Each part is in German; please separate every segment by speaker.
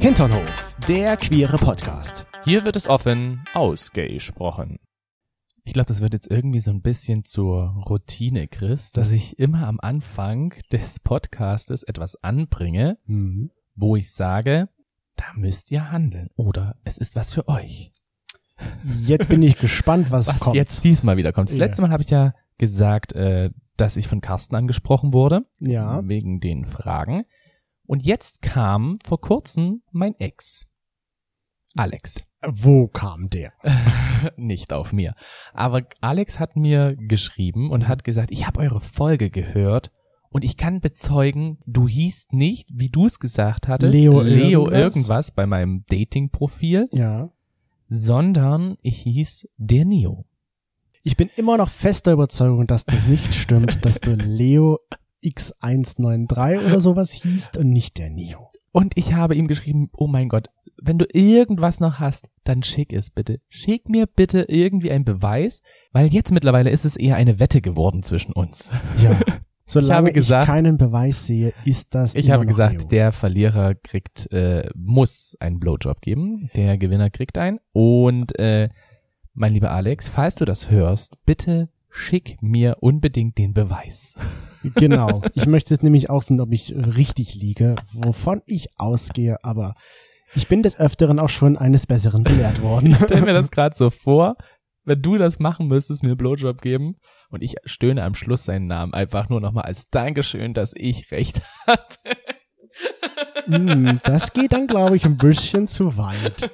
Speaker 1: Hinternhof, der queere Podcast.
Speaker 2: Hier wird es offen ausgesprochen. Ich glaube, das wird jetzt irgendwie so ein bisschen zur Routine, Chris, dass ich immer am Anfang des Podcastes etwas anbringe,
Speaker 1: Mhm.
Speaker 2: wo ich sage, da müsst ihr handeln oder es ist was für euch.
Speaker 1: Jetzt bin ich gespannt, was,
Speaker 2: was
Speaker 1: kommt.
Speaker 2: jetzt diesmal wieder kommt. Das
Speaker 1: Ja.
Speaker 2: letzte Mal habe ich ja gesagt, äh, dass ich von Carsten angesprochen wurde,
Speaker 1: Ja.
Speaker 2: wegen den Fragen. Und jetzt kam vor kurzem mein Ex. Alex.
Speaker 1: Wo kam der?
Speaker 2: nicht auf mir. Aber Alex hat mir geschrieben und hat gesagt, ich habe eure Folge gehört und ich kann bezeugen, du hießt nicht, wie du es gesagt hattest,
Speaker 1: Leo irgendwas.
Speaker 2: irgendwas. bei meinem Dating-Profil,
Speaker 1: Ja.
Speaker 2: sondern ich hieß der Neo.
Speaker 1: Ich bin immer noch fester Überzeugung, dass das nicht stimmt, dass du Leo X193 oder sowas hießt und nicht der Neo.
Speaker 2: Und ich habe ihm geschrieben, oh mein Gott, wenn du irgendwas noch hast, dann schick es bitte. Schick mir bitte irgendwie einen Beweis, weil jetzt mittlerweile ist es eher eine Wette geworden zwischen uns.
Speaker 1: Ja. Solange ich,
Speaker 2: habe gesagt-
Speaker 1: keinen Beweis sehe, ist das
Speaker 2: Ich
Speaker 1: immer
Speaker 2: habe
Speaker 1: noch
Speaker 2: gesagt,
Speaker 1: Leo.
Speaker 2: der Verlierer kriegt, äh, muss einen Blowjob geben, der Gewinner kriegt einen. Und äh, mein lieber Alex, falls du das hörst, bitte schick mir unbedingt den Beweis.
Speaker 1: Genau. Ich möchte jetzt nämlich auch sehen, ob ich richtig liege, wovon ich ausgehe, aber ich bin des Öfteren auch schon eines Besseren belehrt worden.
Speaker 2: Stell mir das gerade so vor, wenn du das machen müsstest, mir Blowjob geben. Und ich stöhne am Schluss seinen Namen einfach nur nochmal als Dankeschön, dass ich recht hatte.
Speaker 1: Hm, das geht dann, glaube ich, ein bisschen zu weit.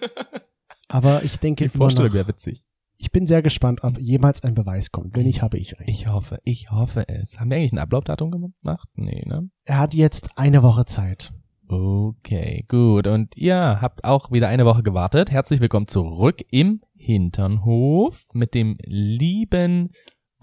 Speaker 1: Aber ich denke,
Speaker 2: Die
Speaker 1: immer
Speaker 2: Vorstellung
Speaker 1: noch,
Speaker 2: wäre witzig.
Speaker 1: ich bin sehr gespannt, ob jemals ein Beweis kommt. Wenn nicht, habe ich recht.
Speaker 2: Ich hoffe, ich hoffe es. Haben wir eigentlich ein Ablaufdatum gemacht? Nee, ne?
Speaker 1: Er hat jetzt eine Woche Zeit.
Speaker 2: Okay, gut. Und ihr habt auch wieder eine Woche gewartet. Herzlich willkommen zurück im Hinternhof mit dem lieben,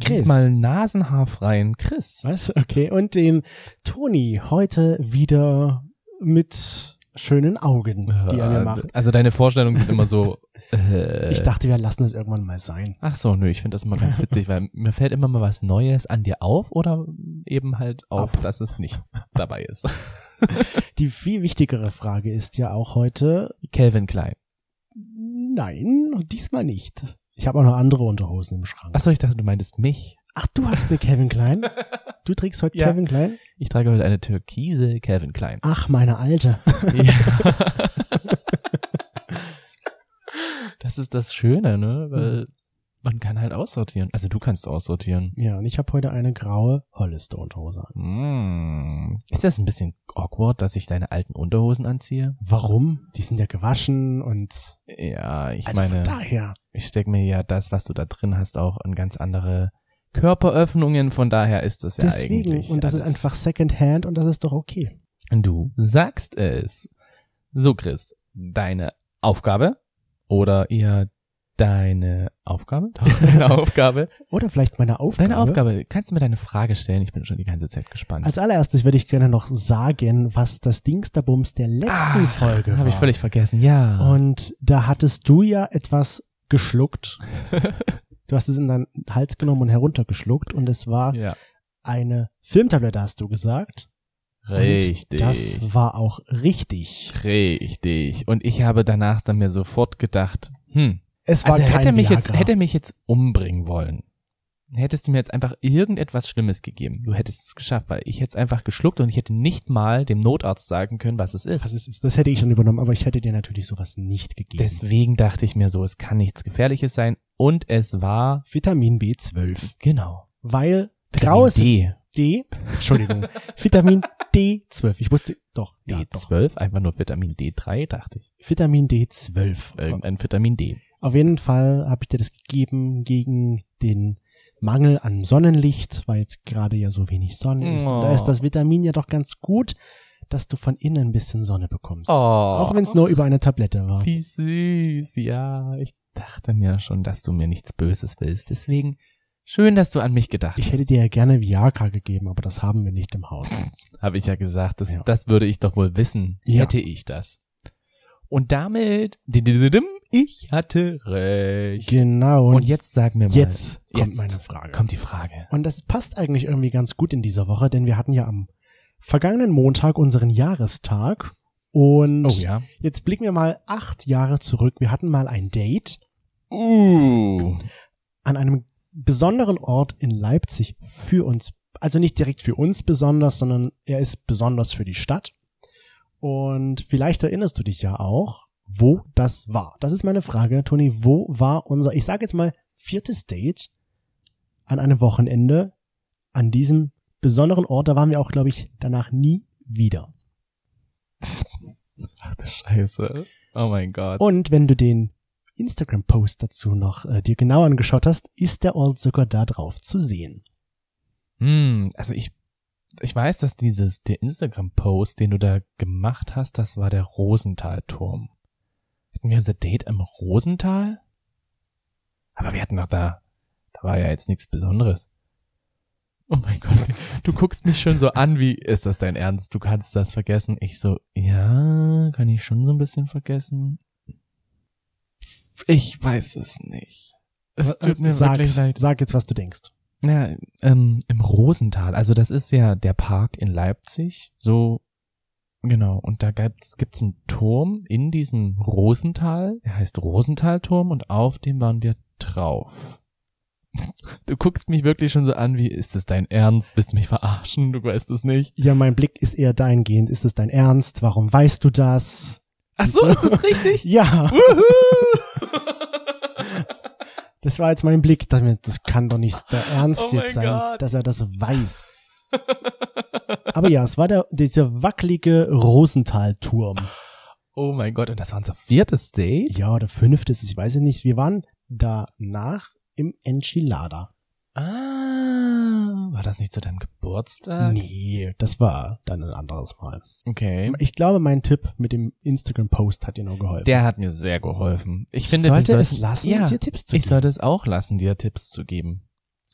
Speaker 1: Chris.
Speaker 2: diesmal nasenhaarfreien Chris.
Speaker 1: Was? Okay. Und den Toni heute wieder mit schönen Augen, die er mir
Speaker 2: Äh,
Speaker 1: macht.
Speaker 2: Also deine Vorstellungen sind immer so. Äh,
Speaker 1: Ich dachte, wir lassen es irgendwann mal sein.
Speaker 2: Ach so, nö, ich finde das immer ganz witzig, weil mir fällt immer mal was Neues an dir auf oder eben halt auf,
Speaker 1: Ab.
Speaker 2: dass es nicht dabei ist.
Speaker 1: Die viel wichtigere Frage ist ja auch heute,
Speaker 2: Calvin Klein.
Speaker 1: nein, diesmal nicht. Ich habe auch noch andere Unterhosen im Schrank.
Speaker 2: Ach so, ich dachte, du meintest mich.
Speaker 1: Ach, du hast eine Kevin Klein? Du trägst heute
Speaker 2: Ja.
Speaker 1: Kevin Klein?
Speaker 2: Ich trage heute eine türkise Calvin Klein.
Speaker 1: Ach, meine alte.
Speaker 2: Ja. das ist das Schöne, ne?
Speaker 1: Hm.
Speaker 2: Weil man kann halt aussortieren. Also du kannst aussortieren.
Speaker 1: Ja, und ich habe heute eine graue Hollister-Unterhose an.
Speaker 2: Mm. Ist das ein bisschen awkward, dass ich deine alten Unterhosen anziehe?
Speaker 1: Warum? Die sind ja gewaschen und
Speaker 2: Ja, ich
Speaker 1: also von
Speaker 2: meine,
Speaker 1: daher.
Speaker 2: ich steck mir ja das, was du da drin hast, auch an ganz andere Körperöffnungen. Von daher ist das ja
Speaker 1: Deswegen.
Speaker 2: eigentlich.
Speaker 1: Und das ist
Speaker 2: alles-
Speaker 1: einfach Secondhand und das ist doch okay.
Speaker 2: Du sagst es. So, Chris, deine Aufgabe oder eher deine Aufgabe? Doch, deine Aufgabe.
Speaker 1: Oder vielleicht meine Aufgabe.
Speaker 2: Deine Aufgabe. Also, Kannst du mir deine Frage stellen? Ich bin schon die ganze Zeit gespannt.
Speaker 1: Als allererstes würde ich gerne noch sagen, was das Dingsterbums der letzten
Speaker 2: Ah,
Speaker 1: Folge war.
Speaker 2: Habe ich völlig vergessen, ja.
Speaker 1: Und da hattest du ja etwas geschluckt. Du hast es in deinen Hals genommen und heruntergeschluckt und es war
Speaker 2: ja.
Speaker 1: eine Filmtablette, hast du gesagt.
Speaker 2: Richtig.
Speaker 1: Und das war auch richtig.
Speaker 2: richtig. Und ich habe danach dann mir sofort gedacht, hm,
Speaker 1: Es war
Speaker 2: also
Speaker 1: kein
Speaker 2: hätte mich
Speaker 1: Viagra.
Speaker 2: jetzt, hätte mich jetzt umbringen wollen. Hättest du mir jetzt einfach irgendetwas Schlimmes gegeben. Du hättest es geschafft, weil ich hätte es einfach geschluckt und ich hätte nicht mal dem Notarzt sagen können, was es ist.
Speaker 1: Was Also es ist, das hätte ich schon übernommen, aber ich hätte dir natürlich sowas nicht gegeben.
Speaker 2: Deswegen dachte ich mir so, es kann nichts Gefährliches sein. Und es war,
Speaker 1: Vitamin B12.
Speaker 2: genau,
Speaker 1: Weil
Speaker 2: Vitamin
Speaker 1: graues D.
Speaker 2: D.
Speaker 1: Entschuldigung. Vitamin D12. Ich wusste, doch, ja, doch.
Speaker 2: D12, einfach nur Vitamin D3, dachte ich.
Speaker 1: Vitamin D12.
Speaker 2: Irgendein Vitamin D.
Speaker 1: Auf jeden Fall habe ich dir das gegeben gegen den Mangel an Sonnenlicht, weil jetzt gerade ja so wenig Sonne ist. Und da
Speaker 2: Oh.
Speaker 1: ist das Vitamin ja doch ganz gut, dass du von innen ein bisschen Sonne bekommst.
Speaker 2: Oh,
Speaker 1: Auch wenn es nur über eine Tablette war.
Speaker 2: Wie süß, ja. Ich dachte mir schon, dass du mir nichts Böses willst. Deswegen, schön, dass du an mich gedacht
Speaker 1: Ich
Speaker 2: hast.
Speaker 1: hätte dir ja gerne Viagra gegeben, aber das haben wir nicht im Haus.
Speaker 2: Habe ich ja gesagt, das,
Speaker 1: Ja.
Speaker 2: das würde ich doch wohl wissen,
Speaker 1: Ja.
Speaker 2: hätte ich das. Und damit, didididim, ich hatte recht.
Speaker 1: Genau.
Speaker 2: Und jetzt sag mir mal,
Speaker 1: Jetzt kommt
Speaker 2: jetzt
Speaker 1: meine Frage.
Speaker 2: kommt die Frage.
Speaker 1: Und das passt eigentlich irgendwie ganz gut in dieser Woche, denn wir hatten ja am vergangenen Montag unseren Jahrestag Und
Speaker 2: Oh ja.
Speaker 1: jetzt blicken wir mal acht Jahre zurück. Wir hatten mal ein Date
Speaker 2: Uh.
Speaker 1: an einem besonderen Ort in Leipzig für uns. Also nicht direkt für uns besonders, sondern er ist besonders für die Stadt. Und vielleicht erinnerst du dich ja auch, wo das war. Das ist meine Frage, Toni. Wo war unser, ich sage jetzt mal, viertes Date an einem Wochenende an diesem besonderen Ort? Da waren wir auch, glaube ich, danach nie wieder.
Speaker 2: Ach du Scheiße. Oh mein Gott.
Speaker 1: Und wenn du den Instagram-Post dazu noch äh, dir genau angeschaut hast, ist der Ort sogar da drauf zu sehen.
Speaker 2: Hm, also ich, ich weiß, dass dieses, der Instagram-Post, den du da gemacht hast, das war der Rosenthal-Turm. Hatten wir unser Date im Rosenthal? Aber wir hatten doch da, da war ja jetzt nichts Besonderes. Oh mein Gott, du guckst mich schon so an, wie, ist das dein Ernst? Du kannst das vergessen. Ich so, ja, kann ich schon so ein bisschen vergessen. Ich weiß es nicht. Es tut mir
Speaker 1: Äh, sag,
Speaker 2: wirklich leid.
Speaker 1: sag jetzt, was du denkst.
Speaker 2: Ja, ähm, im Rosental. Also das ist ja der Park in Leipzig. So, genau. Und da gibt's, gibt's einen Turm in diesem Rosental. Der heißt Rosentalturm und auf dem waren wir drauf. Du guckst mich wirklich schon so an, wie ist es dein Ernst? Willst du mich verarschen? Du weißt es nicht.
Speaker 1: Ja, mein Blick ist eher dahingehend. Ist es dein Ernst? Warum weißt du das?
Speaker 2: Ach
Speaker 1: so, ist
Speaker 2: es richtig?
Speaker 1: Ja,
Speaker 2: Wuhu!
Speaker 1: das war jetzt mein Blick. Damit, das kann doch nicht der Ernst
Speaker 2: Oh
Speaker 1: jetzt
Speaker 2: mein
Speaker 1: sein,
Speaker 2: Gott.
Speaker 1: dass er das weiß. Aber ja, es war der, dieser wackelige Rosenthal-Turm.
Speaker 2: oh mein Gott, und das war unser viertes Date?
Speaker 1: Ja, oder fünftes, ich weiß es nicht. Wir waren danach im Enchilada.
Speaker 2: Ah, war das nicht zu deinem Geburtstag?
Speaker 1: Nee, das war dann ein anderes Mal.
Speaker 2: Okay.
Speaker 1: Ich glaube, mein Tipp mit dem Instagram-Post hat dir noch geholfen.
Speaker 2: Der hat mir sehr geholfen. Ich finde, wir
Speaker 1: sollte es
Speaker 2: sollten-
Speaker 1: lassen,
Speaker 2: Ja,
Speaker 1: dir Tipps zu
Speaker 2: ich
Speaker 1: geben.
Speaker 2: sollte es auch lassen, dir Tipps zu geben.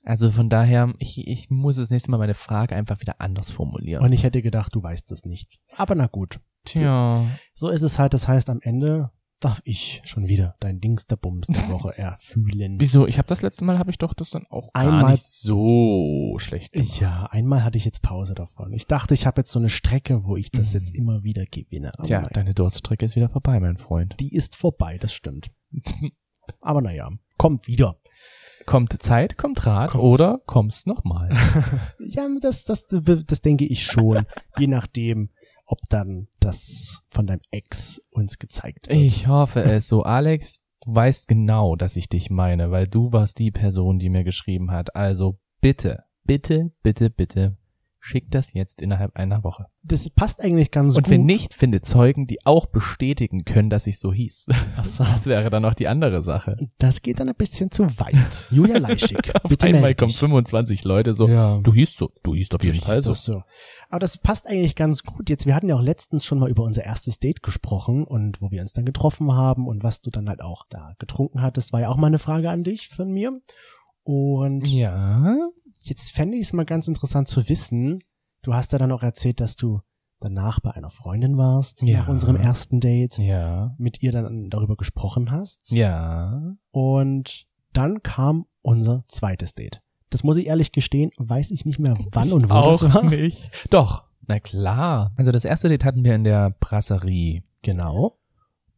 Speaker 2: Also von daher, ich, ich muss das nächste Mal meine Frage einfach wieder anders formulieren.
Speaker 1: Und ich hätte gedacht, du weißt das nicht. Aber na gut.
Speaker 2: Tja.
Speaker 1: So ist es halt. Das heißt, am Ende darf ich schon wieder dein Dings der Bums der Woche erfühlen.
Speaker 2: Wieso? Ich habe das letzte Mal habe ich doch das dann auch gar
Speaker 1: Einmal-
Speaker 2: nicht so schlecht gemacht.
Speaker 1: Ja, einmal hatte ich jetzt Pause davon. Ich dachte, ich habe jetzt so eine Strecke, wo ich das
Speaker 2: Mhm.
Speaker 1: jetzt immer wieder gewinne. Aber
Speaker 2: Tja,
Speaker 1: nein.
Speaker 2: deine Durststrecke ist wieder vorbei, mein Freund.
Speaker 1: die ist vorbei, das stimmt. Aber naja, kommt wieder.
Speaker 2: Kommt Zeit, kommt Rat
Speaker 1: Kommt's.
Speaker 2: oder kommst nochmal.
Speaker 1: Ja, das, das, das denke ich schon. je nachdem, ob dann das von deinem Ex uns gezeigt wird.
Speaker 2: Ich hoffe es so. Alex, du weißt genau, dass ich dich meine, weil du warst die Person, die mir geschrieben hat. Also bitte, bitte, bitte, bitte, schick das jetzt innerhalb einer Woche.
Speaker 1: Das passt eigentlich ganz
Speaker 2: Und
Speaker 1: gut.
Speaker 2: wenn nicht, finde Zeugen, die auch bestätigen können, dass ich so hieß. Das wäre dann noch die andere Sache.
Speaker 1: Das geht dann ein bisschen zu weit. Julia Leischig,
Speaker 2: Auf
Speaker 1: bitte
Speaker 2: einmal
Speaker 1: melde
Speaker 2: kommen
Speaker 1: dich.
Speaker 2: 25 Leute so,
Speaker 1: Ja.
Speaker 2: du hießt so, du hießt auf jeden
Speaker 1: Ist
Speaker 2: Fall so.
Speaker 1: doch so. Aber das passt eigentlich ganz gut. Jetzt, wir hatten ja auch letztens schon mal über unser erstes Date gesprochen und wo wir uns dann getroffen haben und was du dann halt auch da getrunken hattest, war ja auch mal eine Frage an dich von mir.
Speaker 2: Mhm.
Speaker 1: Und
Speaker 2: Ja,
Speaker 1: jetzt fände ich es mal ganz interessant zu wissen. Du hast ja dann auch erzählt, dass du danach bei einer Freundin warst,
Speaker 2: Ja.
Speaker 1: nach unserem ersten Date,
Speaker 2: ja,
Speaker 1: mit ihr dann darüber gesprochen hast.
Speaker 2: ja.
Speaker 1: Und dann kam unser zweites Date. Das muss ich ehrlich gestehen, weiß ich nicht mehr wann und wo
Speaker 2: auch
Speaker 1: das war.
Speaker 2: nicht. Doch, na klar. Also das erste Date hatten wir in der Brasserie
Speaker 1: Genau.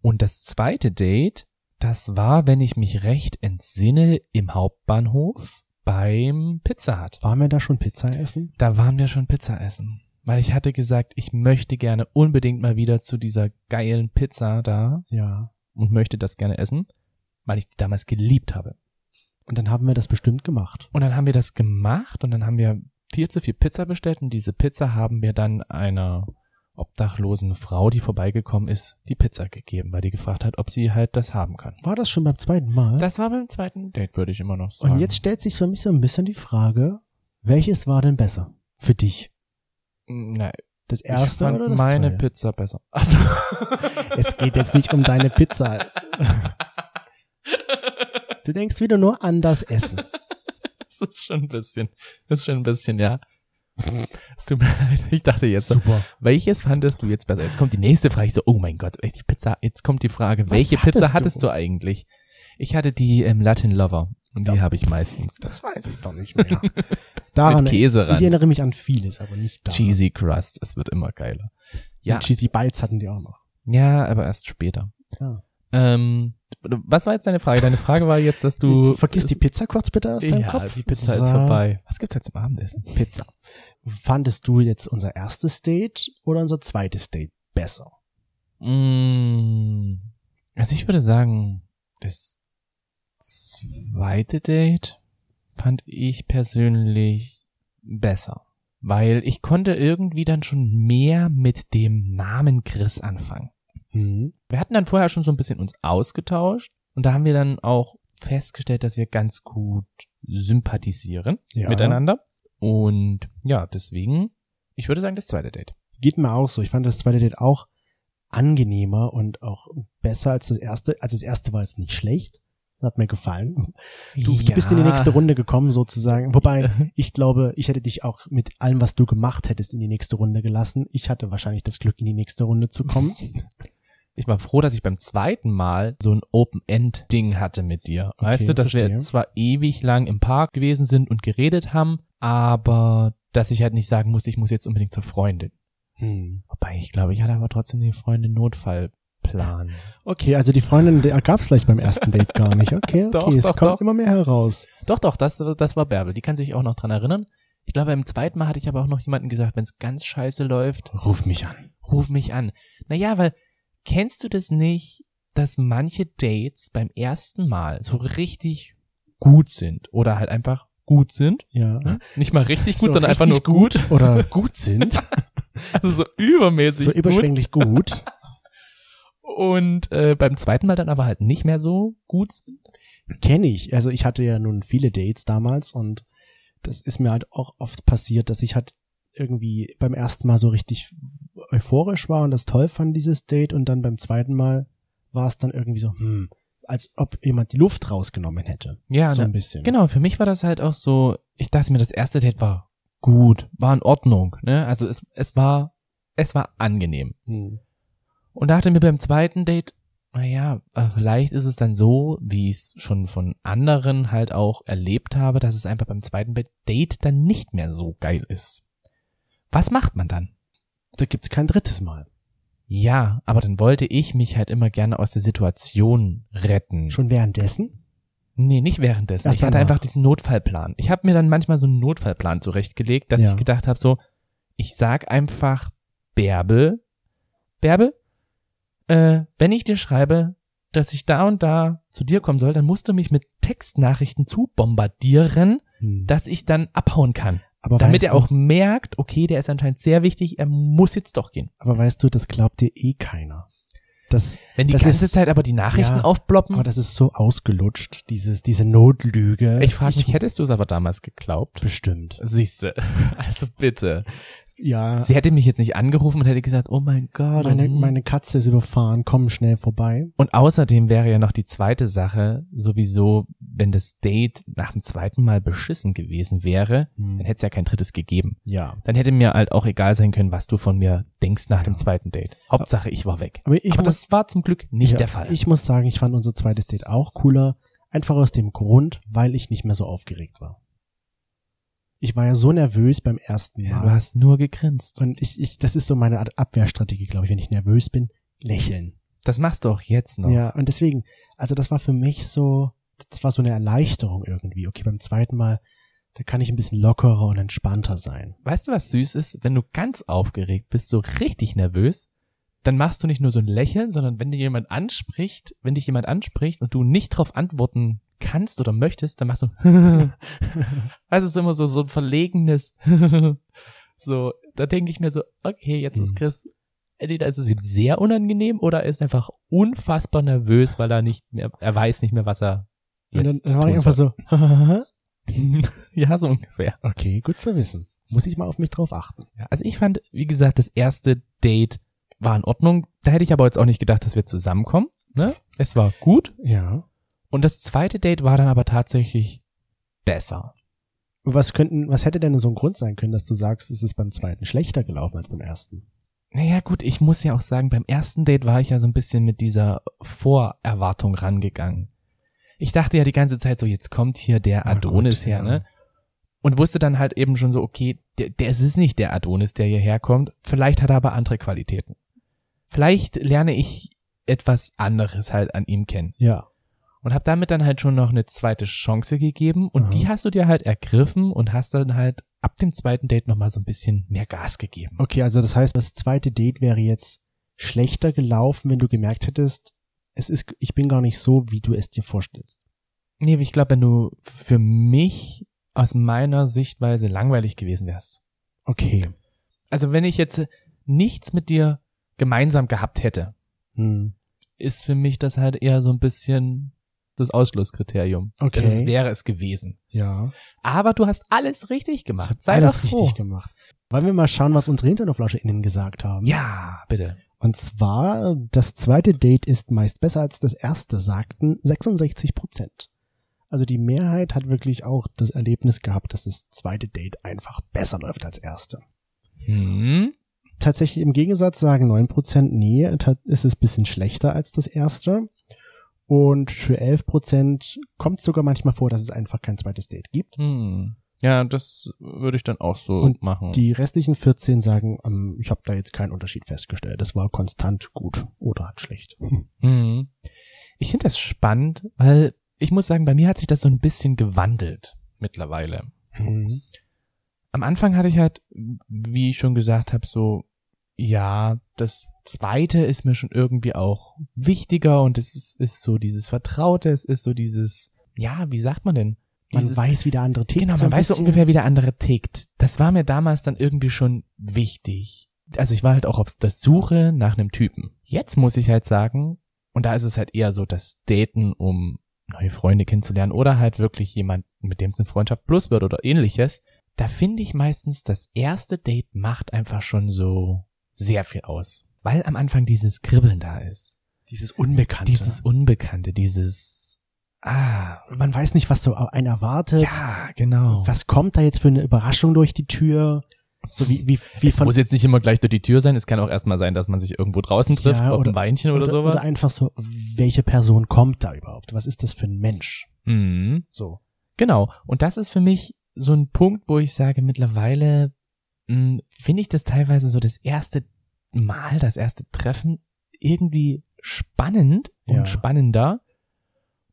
Speaker 2: Und das zweite Date, das war, wenn ich mich recht entsinne, im Hauptbahnhof beim Pizza Hut.
Speaker 1: Waren wir da schon Pizza essen?
Speaker 2: Da waren wir schon Pizza essen. Weil ich hatte gesagt, ich möchte gerne unbedingt mal wieder zu dieser geilen Pizza da
Speaker 1: Ja.
Speaker 2: und möchte das gerne essen, weil ich die damals geliebt habe.
Speaker 1: Und dann haben wir das bestimmt gemacht.
Speaker 2: Und dann haben wir das gemacht und dann haben wir viel zu viel Pizza bestellt und diese Pizza haben wir dann einer obdachlosen Frau, die vorbeigekommen ist, die Pizza gegeben, weil die gefragt hat, ob sie halt das haben kann.
Speaker 1: War das schon beim zweiten Mal?
Speaker 2: Das war beim zweiten Hm? Date, würde ich immer noch sagen.
Speaker 1: und jetzt stellt sich für mich so ein bisschen die Frage, welches war denn besser für dich?
Speaker 2: Na,
Speaker 1: Das
Speaker 2: Hm, ich
Speaker 1: erste
Speaker 2: fand
Speaker 1: oder das
Speaker 2: meine
Speaker 1: zweite?
Speaker 2: Pizza besser. Also,
Speaker 1: Es geht jetzt nicht um deine Pizza. Du denkst wieder nur an das Essen.
Speaker 2: das ist schon ein bisschen, das ist schon ein bisschen, ja. Es tut mir leid, ich dachte jetzt, so,
Speaker 1: Super.
Speaker 2: welches fandest du jetzt besser? Jetzt kommt die nächste Frage, ich so, oh mein Gott, welche Pizza, jetzt kommt die Frage,
Speaker 1: Was
Speaker 2: welche
Speaker 1: hattest
Speaker 2: Pizza
Speaker 1: du?
Speaker 2: hattest du eigentlich? Ich hatte die ähm, Latin Lover und die
Speaker 1: Ja.
Speaker 2: habe ich meistens.
Speaker 1: Das weiß ich doch nicht mehr. Daran,
Speaker 2: Mit Käse
Speaker 1: ich
Speaker 2: ran.
Speaker 1: erinnere mich an vieles, aber nicht daran.
Speaker 2: Cheesy Crust, es wird immer geiler. Ja.
Speaker 1: Und Cheesy Bites hatten die auch noch.
Speaker 2: Ja, aber erst später.
Speaker 1: Ja.
Speaker 2: Ähm, was war jetzt deine Frage? Deine Frage war jetzt, dass du.
Speaker 1: vergiss die Pizza kurz bitte aus deinem
Speaker 2: ja,
Speaker 1: Kopf.
Speaker 2: die Pizza ist
Speaker 1: So,
Speaker 2: vorbei. Was gibt's jetzt zum Abendessen?
Speaker 1: Pizza. Fandest du jetzt unser erstes Date oder unser zweites Date besser?
Speaker 2: Mm, also ich würde sagen, das zweite Date fand ich persönlich besser. Weil ich konnte irgendwie dann schon mehr mit dem Namen Chris anfangen.
Speaker 1: Hm.
Speaker 2: Wir hatten dann vorher schon so ein bisschen uns ausgetauscht und da haben wir dann auch festgestellt, dass wir ganz gut sympathisieren
Speaker 1: Ja.
Speaker 2: miteinander. Und ja, deswegen, ich würde sagen, das zweite Date.
Speaker 1: Geht mir auch so. Ich fand das zweite Date auch angenehmer und auch besser als das erste. Also das erste war jetzt nicht schlecht. Hat mir gefallen. Du, du bist in die
Speaker 2: Ja.
Speaker 1: nächste Runde gekommen sozusagen. Wobei, ich glaube, ich hätte dich auch mit allem, was du gemacht hättest, in die nächste Runde gelassen. Ich hatte wahrscheinlich das Glück, in die nächste Runde zu kommen.
Speaker 2: ich war froh, dass ich beim zweiten Mal so ein Open-End-Ding hatte mit dir.
Speaker 1: Okay,
Speaker 2: weißt du, dass wir
Speaker 1: verstehe.
Speaker 2: zwar ewig lang im Park gewesen sind und geredet haben, aber dass ich halt nicht sagen musste, ich muss jetzt unbedingt zur Freundin.
Speaker 1: Hm.
Speaker 2: Wobei ich glaube, ich hatte aber trotzdem den Freundin Notfallplan.
Speaker 1: Okay, also die Freundin die gab's gleich beim ersten Date gar nicht. Okay, okay,
Speaker 2: Doch,
Speaker 1: es
Speaker 2: doch,
Speaker 1: kommt
Speaker 2: doch.
Speaker 1: immer mehr heraus.
Speaker 2: Doch, doch, das, das war Bärbel. Die kann sich auch noch dran erinnern. Ich glaube, im zweiten Mal hatte ich aber auch noch jemanden gesagt, wenn es ganz scheiße läuft,
Speaker 1: Ruf mich an.
Speaker 2: ruf mich an. Naja, weil kennst du das nicht, dass manche Dates beim ersten Mal so richtig gut sind oder halt einfach gut sind?
Speaker 1: Ja.
Speaker 2: Nicht mal richtig gut,
Speaker 1: So
Speaker 2: sondern einfach nur
Speaker 1: richtig
Speaker 2: gut.
Speaker 1: Oder gut sind.
Speaker 2: Also so übermäßig
Speaker 1: so
Speaker 2: gut.
Speaker 1: überschwänglich gut.
Speaker 2: Und äh, beim zweiten Mal dann aber halt nicht mehr so gut sind.
Speaker 1: Kenne ich. Also ich hatte ja nun viele Dates damals und das ist mir halt auch oft passiert, dass ich halt irgendwie beim ersten Mal so richtig euphorisch war und das toll fand, dieses Date. Und dann beim zweiten Mal war es dann irgendwie so, hm, als ob jemand die Luft rausgenommen hätte.
Speaker 2: Ja,
Speaker 1: so
Speaker 2: ne?
Speaker 1: ein bisschen.
Speaker 2: Genau, für mich war das halt auch so, ich dachte mir, das erste Date war gut, war in Ordnung, ne? Also es, es war, es war angenehm.
Speaker 1: Hm.
Speaker 2: Und dachte mir beim zweiten Date, naja, äh, vielleicht ist es dann so, wie ich es schon von anderen halt auch erlebt habe, dass es einfach beim zweiten Be- Date dann nicht mehr so geil ist. Was macht man dann?
Speaker 1: Da gibt's kein drittes Mal.
Speaker 2: Ja, aber dann wollte ich mich halt immer gerne aus der Situation retten.
Speaker 1: Schon währenddessen?
Speaker 2: Nee, nicht währenddessen.
Speaker 1: Erst
Speaker 2: ich hatte
Speaker 1: danach.
Speaker 2: einfach diesen Notfallplan. Ich habe mir dann manchmal so einen Notfallplan zurechtgelegt, dass
Speaker 1: Ja.
Speaker 2: ich gedacht habe, so, ich sag einfach Bärbel, Bärbel, äh, wenn ich dir schreibe, dass ich da und da zu dir kommen soll, dann musst du mich mit Textnachrichten zu bombardieren,
Speaker 1: Hm.
Speaker 2: dass ich dann abhauen kann.
Speaker 1: aber
Speaker 2: damit
Speaker 1: weißt
Speaker 2: er auch merkt, okay, der ist anscheinend sehr wichtig, er muss jetzt doch gehen.
Speaker 1: Aber weißt du, das glaubt dir eh keiner. Das,
Speaker 2: Wenn die
Speaker 1: Das
Speaker 2: ganze
Speaker 1: ist-
Speaker 2: Zeit aber die Nachrichten
Speaker 1: ja,
Speaker 2: aufploppen.
Speaker 1: aber das ist so ausgelutscht, dieses, diese Notlüge.
Speaker 2: ich frage mich, hättest du es aber damals geglaubt?
Speaker 1: Bestimmt.
Speaker 2: Siehste, also bitte.
Speaker 1: Ja.
Speaker 2: Sie hätte mich jetzt nicht angerufen und hätte gesagt, oh mein Gott.
Speaker 1: Meine,
Speaker 2: mhm.
Speaker 1: meine Katze ist überfahren, komm schnell vorbei.
Speaker 2: und außerdem wäre ja noch die zweite Sache, sowieso, wenn das Date nach dem zweiten Mal beschissen gewesen wäre, dann hätte es ja kein drittes gegeben.
Speaker 1: Hm. Ja.
Speaker 2: Dann hätte mir halt auch egal sein können, was du von mir denkst nach dem
Speaker 1: Ja.
Speaker 2: zweiten Date. Hauptsache, ich war weg.
Speaker 1: Aber Genau. ich
Speaker 2: Aber
Speaker 1: muss,
Speaker 2: das war zum Glück nicht
Speaker 1: ja,
Speaker 2: der Fall.
Speaker 1: Ich muss sagen, ich fand unser zweites Date auch cooler. Einfach aus dem Grund, weil ich nicht mehr so aufgeregt war. Ich war ja so nervös beim ersten
Speaker 2: ja,
Speaker 1: Mal.
Speaker 2: du hast nur gegrinst.
Speaker 1: und ich, ich, das ist so meine Art Abwehrstrategie, glaube ich, wenn ich nervös bin, lächeln.
Speaker 2: Das machst du auch jetzt noch.
Speaker 1: Ja, und deswegen, also das war für mich so, das war so eine Erleichterung irgendwie. Okay, beim zweiten Mal, da kann ich ein bisschen lockerer und entspannter sein.
Speaker 2: Weißt du, was süß ist? Wenn du ganz aufgeregt bist, so richtig nervös, dann machst du nicht nur so ein Lächeln, sondern wenn dir jemand anspricht, wenn dich jemand anspricht und du nicht drauf antworten kannst oder möchtest, dann machst du Also es ist immer so, so ein verlegenes So, da denke ich mir so, okay, jetzt ist
Speaker 1: Mhm.
Speaker 2: Chris entweder ist es ihm sehr unangenehm oder er ist einfach unfassbar nervös, weil er nicht mehr, er weiß nicht mehr, was er
Speaker 1: Und dann,
Speaker 2: jetzt
Speaker 1: dann war ich
Speaker 2: tun
Speaker 1: einfach
Speaker 2: soll.
Speaker 1: so,
Speaker 2: ja, so ungefähr.
Speaker 1: okay, gut zu wissen. Muss ich mal auf mich drauf achten.
Speaker 2: Ja, also ich fand, wie gesagt, das erste Date war in Ordnung. Da hätte ich aber jetzt auch nicht gedacht, dass wir zusammenkommen. Ne? Es war gut.
Speaker 1: Ja.
Speaker 2: Und das zweite Date war dann aber tatsächlich besser.
Speaker 1: Was könnten, was hätte denn so ein Grund sein können, dass du sagst, es ist beim zweiten schlechter gelaufen als beim ersten?
Speaker 2: Naja, gut, ich muss ja auch sagen, beim ersten Date war ich ja so ein bisschen mit dieser Vorerwartung rangegangen. Ich dachte ja die ganze Zeit so, jetzt kommt hier der
Speaker 1: Ah, gut,
Speaker 2: Adonis her,
Speaker 1: ja.
Speaker 2: ne? und wusste dann halt eben schon so, okay, der, der es ist nicht der Adonis, der hierher kommt. Vielleicht hat er aber andere Qualitäten. Vielleicht lerne ich etwas anderes halt an ihm kennen.
Speaker 1: Ja.
Speaker 2: Und habe damit dann halt schon noch eine zweite Chance gegeben und
Speaker 1: Mhm.
Speaker 2: die hast du dir halt ergriffen und hast dann halt ab dem zweiten Date nochmal so ein bisschen mehr Gas gegeben.
Speaker 1: Okay, also das heißt, das zweite Date wäre jetzt schlechter gelaufen, wenn du gemerkt hättest, es ist, ich bin gar nicht so, wie du es dir vorstellst.
Speaker 2: Nee, aber ich glaube, wenn du für mich aus meiner Sichtweise langweilig gewesen wärst.
Speaker 1: Okay.
Speaker 2: Also wenn ich jetzt nichts mit dir gemeinsam gehabt hätte,
Speaker 1: Hm.
Speaker 2: ist für mich das halt eher so ein bisschen das Ausschlusskriterium. Also
Speaker 1: Okay.
Speaker 2: Das wäre es gewesen.
Speaker 1: Ja.
Speaker 2: Aber du hast alles richtig gemacht. Sei
Speaker 1: Alles
Speaker 2: doch froh.
Speaker 1: richtig gemacht. Wollen wir mal schauen, was unsere HinternoflauscherInnen gesagt haben?
Speaker 2: Ja, bitte.
Speaker 1: Und zwar, das zweite Date ist meist besser als das erste, sagten 66 Prozent. Also die Mehrheit hat wirklich auch das Erlebnis gehabt, dass das zweite Date einfach besser läuft als erste.
Speaker 2: Hm.
Speaker 1: Tatsächlich im Gegensatz sagen 9 Prozent, nee, ta- ist es ein bisschen schlechter als das erste. Und für 11 Prozent kommt sogar manchmal vor, dass es einfach kein zweites Date gibt.
Speaker 2: Hm. Ja, das würde ich dann auch so
Speaker 1: Und
Speaker 2: machen.
Speaker 1: Die restlichen 14 sagen, ähm, ich habe da jetzt keinen Unterschied festgestellt. Es war konstant gut oder halt schlecht.
Speaker 2: Hm. Ich finde das spannend, weil ich muss sagen, bei mir hat sich das so ein bisschen gewandelt mittlerweile. Hm.
Speaker 1: Mhm.
Speaker 2: Am Anfang hatte ich halt, wie ich schon gesagt habe, so, ja, das zweite ist mir schon irgendwie auch wichtiger und es ist, ist so dieses Vertraute, es ist so dieses, ja, wie sagt man denn?
Speaker 1: Man
Speaker 2: Dieses,
Speaker 1: weiß, wie der andere tickt.
Speaker 2: genau,
Speaker 1: so
Speaker 2: man
Speaker 1: ein
Speaker 2: weiß so
Speaker 1: bisschen.
Speaker 2: ungefähr, wie der andere tickt. Das war mir damals dann irgendwie schon wichtig. Also ich war halt auch auf der Suche nach einem Typen. Jetzt muss ich halt sagen, und da ist es halt eher so das Daten, um neue Freunde kennenzulernen oder halt wirklich jemand, mit dem es eine Freundschaft plus wird oder ähnliches. Da finde ich meistens, das erste Date macht einfach schon so sehr viel aus. Weil am Anfang dieses Kribbeln da ist.
Speaker 1: Dieses Unbekannte.
Speaker 2: Dieses Unbekannte, dieses, ah,
Speaker 1: man weiß nicht, was so einen erwartet.
Speaker 2: ja, genau.
Speaker 1: Was kommt da jetzt für eine Überraschung durch die Tür? So wie, wie, wie
Speaker 2: es muss jetzt nicht immer gleich durch die Tür sein. Es kann auch erstmal sein, dass man sich irgendwo draußen trifft,
Speaker 1: Ja,
Speaker 2: ob
Speaker 1: oder-
Speaker 2: ein Weinchen oder,
Speaker 1: oder,
Speaker 2: sowas.
Speaker 1: oder einfach so, welche Person kommt da überhaupt? Was ist das für ein Mensch?
Speaker 2: mhm.
Speaker 1: So.
Speaker 2: Genau. Und das ist für mich so ein Punkt, wo ich sage, mittlerweile mh, finde ich das teilweise so das erste Mal, das erste Treffen irgendwie spannend und
Speaker 1: Ja.
Speaker 2: spannender.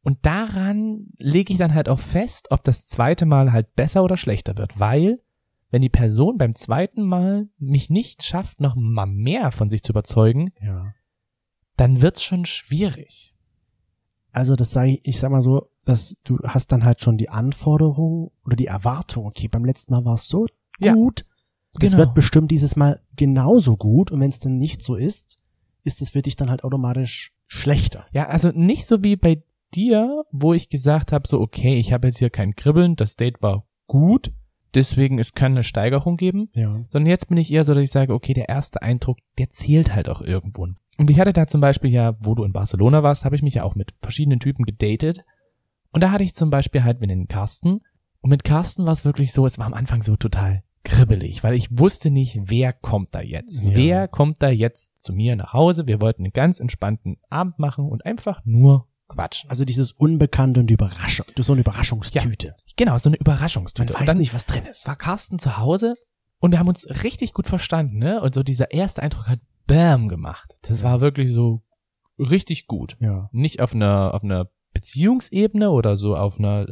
Speaker 2: Und daran lege ich dann halt auch fest, ob das zweite Mal halt besser oder schlechter wird, weil wenn die Person beim zweiten Mal mich nicht schafft, noch mal mehr von sich zu überzeugen,
Speaker 1: Ja.
Speaker 2: dann wird's schon schwierig.
Speaker 1: Also das sage ich, ich sag mal so, dass du hast dann halt schon die Anforderung oder die Erwartung, okay, beim letzten Mal war es so
Speaker 2: Ja,
Speaker 1: gut, das
Speaker 2: Genau.
Speaker 1: wird bestimmt dieses Mal genauso gut und wenn es dann nicht so ist, ist es für dich dann halt automatisch schlechter.
Speaker 2: ja, also nicht so wie bei dir, wo ich gesagt habe, so okay, ich habe jetzt hier kein Kribbeln, das Date war gut, deswegen es kann eine Steigerung geben,
Speaker 1: Ja.
Speaker 2: sondern jetzt bin ich eher so, dass ich sage, okay, der erste Eindruck, der zählt halt auch irgendwo. Und ich hatte da zum Beispiel ja, wo du in Barcelona warst, habe ich mich ja auch mit verschiedenen Typen gedatet und da hatte ich zum Beispiel halt mit den Carsten und mit Carsten war es wirklich so, es war am Anfang so total kribbelig, weil ich wusste nicht, wer kommt da jetzt.
Speaker 1: Ja.
Speaker 2: Wer kommt da jetzt zu mir nach Hause? Wir wollten einen ganz entspannten Abend machen und einfach nur quatschen.
Speaker 1: Also dieses Unbekannte und die Überraschung, du so eine Überraschungstüte.
Speaker 2: Genau, so eine
Speaker 1: Man
Speaker 2: Überraschungstüte. Und
Speaker 1: weiß
Speaker 2: dann
Speaker 1: nicht, was drin ist.
Speaker 2: war Carsten zu Hause und wir haben uns richtig gut verstanden, ne? Und so dieser erste Eindruck hat Bam gemacht. Das war wirklich so richtig gut.
Speaker 1: Ja.
Speaker 2: Nicht auf einer, auf einer Beziehungsebene oder so auf einer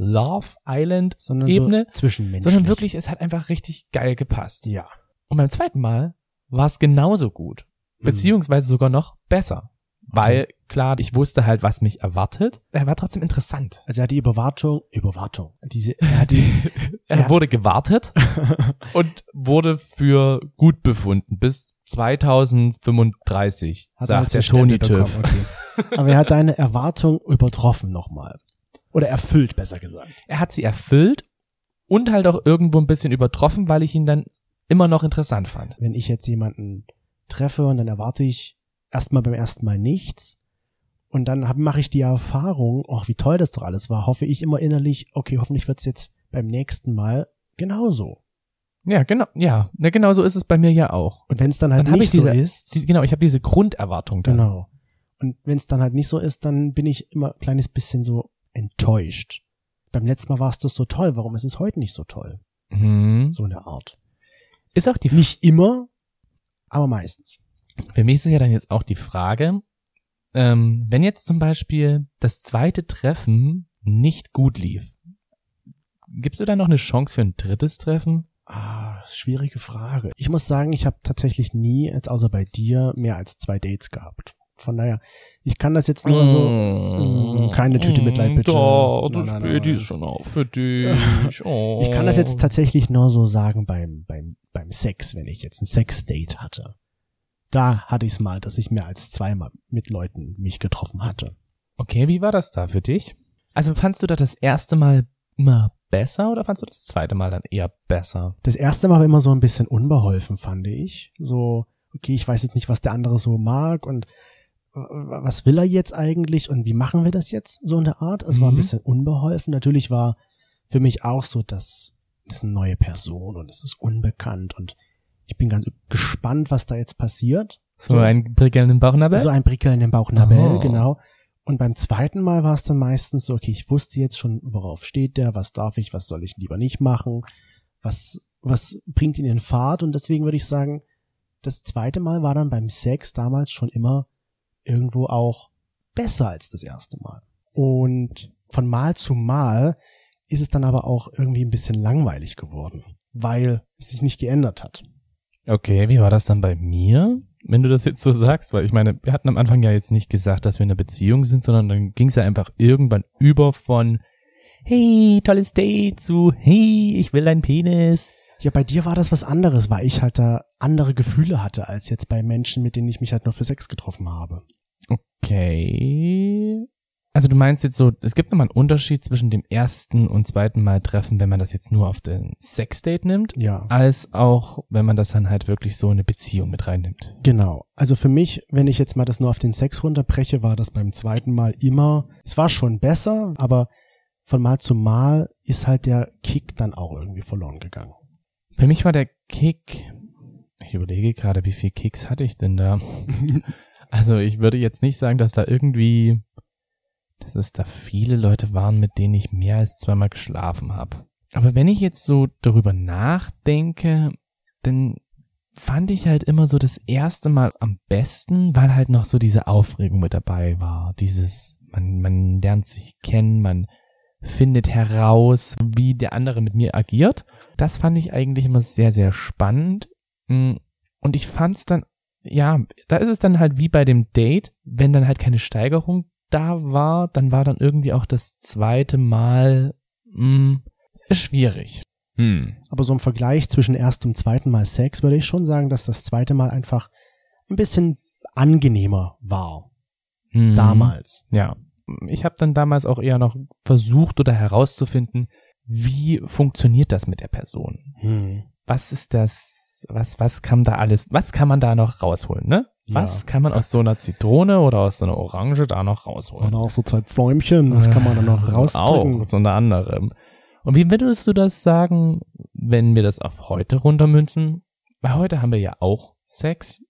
Speaker 2: Love Island,
Speaker 1: Sondern
Speaker 2: Ebene,
Speaker 1: so zwischenmenschlich.
Speaker 2: sondern wirklich, es hat einfach richtig geil gepasst.
Speaker 1: Ja.
Speaker 2: Und beim zweiten Mal war es genauso gut,
Speaker 1: Mhm.
Speaker 2: beziehungsweise sogar noch besser. Weil, klar, ich wusste halt, was mich erwartet. Er war trotzdem interessant.
Speaker 1: Also er hat die Überwartung, Überwartung. Diese, er hat die,
Speaker 2: Er
Speaker 1: Ja.
Speaker 2: wurde gewartet und wurde für gut befunden bis 2035,
Speaker 1: hat er halt
Speaker 2: sagt der
Speaker 1: zur Stelle
Speaker 2: Tony
Speaker 1: bekommen,
Speaker 2: Töff.
Speaker 1: Okay. Aber er hat deine Erwartung übertroffen nochmal. Oder erfüllt, besser gesagt.
Speaker 2: Er hat sie erfüllt und halt auch irgendwo ein bisschen übertroffen, weil ich ihn dann immer noch interessant fand.
Speaker 1: Wenn ich jetzt jemanden treffe und dann erwarte ich erstmal beim ersten Mal nichts und dann hab- mache ich die Erfahrung, ach wie toll das doch alles war, hoffe ich immer innerlich, okay, hoffentlich wird's jetzt beim nächsten Mal genauso.
Speaker 2: Ja, genau, ja, na, genau so ist es bei mir ja auch.
Speaker 1: Und wenn es dann halt
Speaker 2: Dann hab
Speaker 1: nicht
Speaker 2: ich
Speaker 1: so
Speaker 2: diese-
Speaker 1: ist,
Speaker 2: Sie- Genau, ich habe diese Grunderwartung dann.
Speaker 1: Genau. Und wenn es dann halt nicht so ist, dann bin ich immer ein kleines bisschen so enttäuscht. beim letzten Mal warst du so toll, warum ist es heute nicht so toll?
Speaker 2: Mhm.
Speaker 1: So eine Art.
Speaker 2: Ist auch die
Speaker 1: Nicht immer, aber meistens.
Speaker 2: Für mich ist es ja dann jetzt auch die Frage, ähm, wenn jetzt zum Beispiel das zweite Treffen nicht gut lief, gibst du dann noch eine Chance für ein drittes Treffen?
Speaker 1: Ah, schwierige Frage. Ich muss sagen, ich habe tatsächlich nie, jetzt außer bei dir, mehr als zwei Dates gehabt. Von daher, ich kann das jetzt nur so. mm, keine Tüte Mitleid, bitte.
Speaker 2: Doch,
Speaker 1: Nein,
Speaker 2: das
Speaker 1: nein,
Speaker 2: Späti
Speaker 1: nein.
Speaker 2: ist schon auf für dich. Oh.
Speaker 1: Ich kann das jetzt tatsächlich nur so sagen beim, beim, beim Sex, wenn ich jetzt ein Sex-Date hatte. Da hatte ich es mal, dass ich mehr als zweimal mit Leuten mich getroffen hatte.
Speaker 2: Okay, wie war das da für dich? Also fandst du da das erste Mal immer besser oder fandst du das zweite Mal dann eher besser?
Speaker 1: Das erste Mal war immer so ein bisschen unbeholfen, fand ich. So, okay, ich weiß jetzt nicht, was der andere so mag und äh, was will er jetzt eigentlich und wie machen wir das jetzt? So eine Art. Also, Es war ein
Speaker 2: Mhm.
Speaker 1: bisschen unbeholfen. Natürlich war für mich auch so, dass das ist eine neue Person und es ist unbekannt und ich bin ganz gespannt, was da jetzt passiert.
Speaker 2: So einen prickelnden Bauchnabel?
Speaker 1: So ein Prickeln im Bauchnabel,
Speaker 2: Oh.
Speaker 1: genau. Und beim zweiten Mal war es dann meistens so, okay, ich wusste jetzt schon, worauf steht der, was darf ich, was soll ich lieber nicht machen, was, was bringt ihn in Fahrt. Und deswegen würde ich sagen, das zweite Mal war dann beim Sex damals schon immer irgendwo auch besser als das erste Mal. Und von Mal zu Mal ist es dann aber auch irgendwie ein bisschen langweilig geworden, weil es sich nicht geändert hat.
Speaker 2: Okay, wie war das dann bei mir, wenn du das jetzt so sagst? Weil ich meine, wir hatten am Anfang ja jetzt nicht gesagt, dass wir in einer Beziehung sind, sondern dann ging es ja einfach irgendwann über von Hey, tolles Date zu Hey, ich will deinen Penis.
Speaker 1: Ja, bei dir war das was anderes, weil ich halt da andere Gefühle hatte als jetzt bei Menschen, mit denen ich mich halt nur für Sex getroffen habe.
Speaker 2: Okay. Also du meinst jetzt so, es gibt nochmal einen Unterschied zwischen dem ersten und zweiten Mal Treffen, wenn man das jetzt nur auf den Sexdate nimmt,
Speaker 1: Ja,
Speaker 2: als auch, wenn man das dann halt wirklich so in eine Beziehung mit reinnimmt.
Speaker 1: genau. Also für mich, wenn ich jetzt mal das nur auf den Sex runterbreche, war das beim zweiten Mal immer, es war schon besser, aber von Mal zu Mal ist halt der Kick dann auch irgendwie verloren gegangen.
Speaker 2: Für mich war der Kick, ich überlege gerade, wie viel Kicks hatte ich denn da? also ich würde jetzt nicht sagen, dass da irgendwie, dass es da viele Leute waren, mit denen ich mehr als zweimal geschlafen habe. Aber wenn ich jetzt so darüber nachdenke, dann fand ich halt immer so das erste Mal am besten, weil halt noch so diese Aufregung mit dabei war. Dieses, man, man lernt sich kennen, man findet heraus, wie der andere mit mir agiert. Das fand ich eigentlich immer sehr, sehr spannend. Mm, Und ich fand's dann, ja, da ist es dann halt wie bei dem Date, wenn dann halt keine Steigerung da war, dann war dann irgendwie auch das zweite Mal mh, schwierig. Hm.
Speaker 1: Aber so im Vergleich zwischen erstem und zweiten Mal Sex würde ich schon sagen, dass das zweite Mal einfach ein bisschen angenehmer war.
Speaker 2: Mhm.
Speaker 1: Damals.
Speaker 2: Ja. Ich habe dann damals auch eher noch versucht oder herauszufinden, wie funktioniert das mit der Person?
Speaker 1: Hm.
Speaker 2: Was ist das? Was, was kann da alles, was kann man da noch rausholen, ne?
Speaker 1: Ja.
Speaker 2: Was kann man aus so einer Zitrone oder aus so einer Orange da noch rausholen? Äh,
Speaker 1: Und auch so zwei Pfäumchen, das kann man dann noch rausdrücken.
Speaker 2: Auch, unter anderem. Und wie würdest du das sagen, wenn wir das auf heute runtermünzen? Weil heute haben wir ja auch Sex.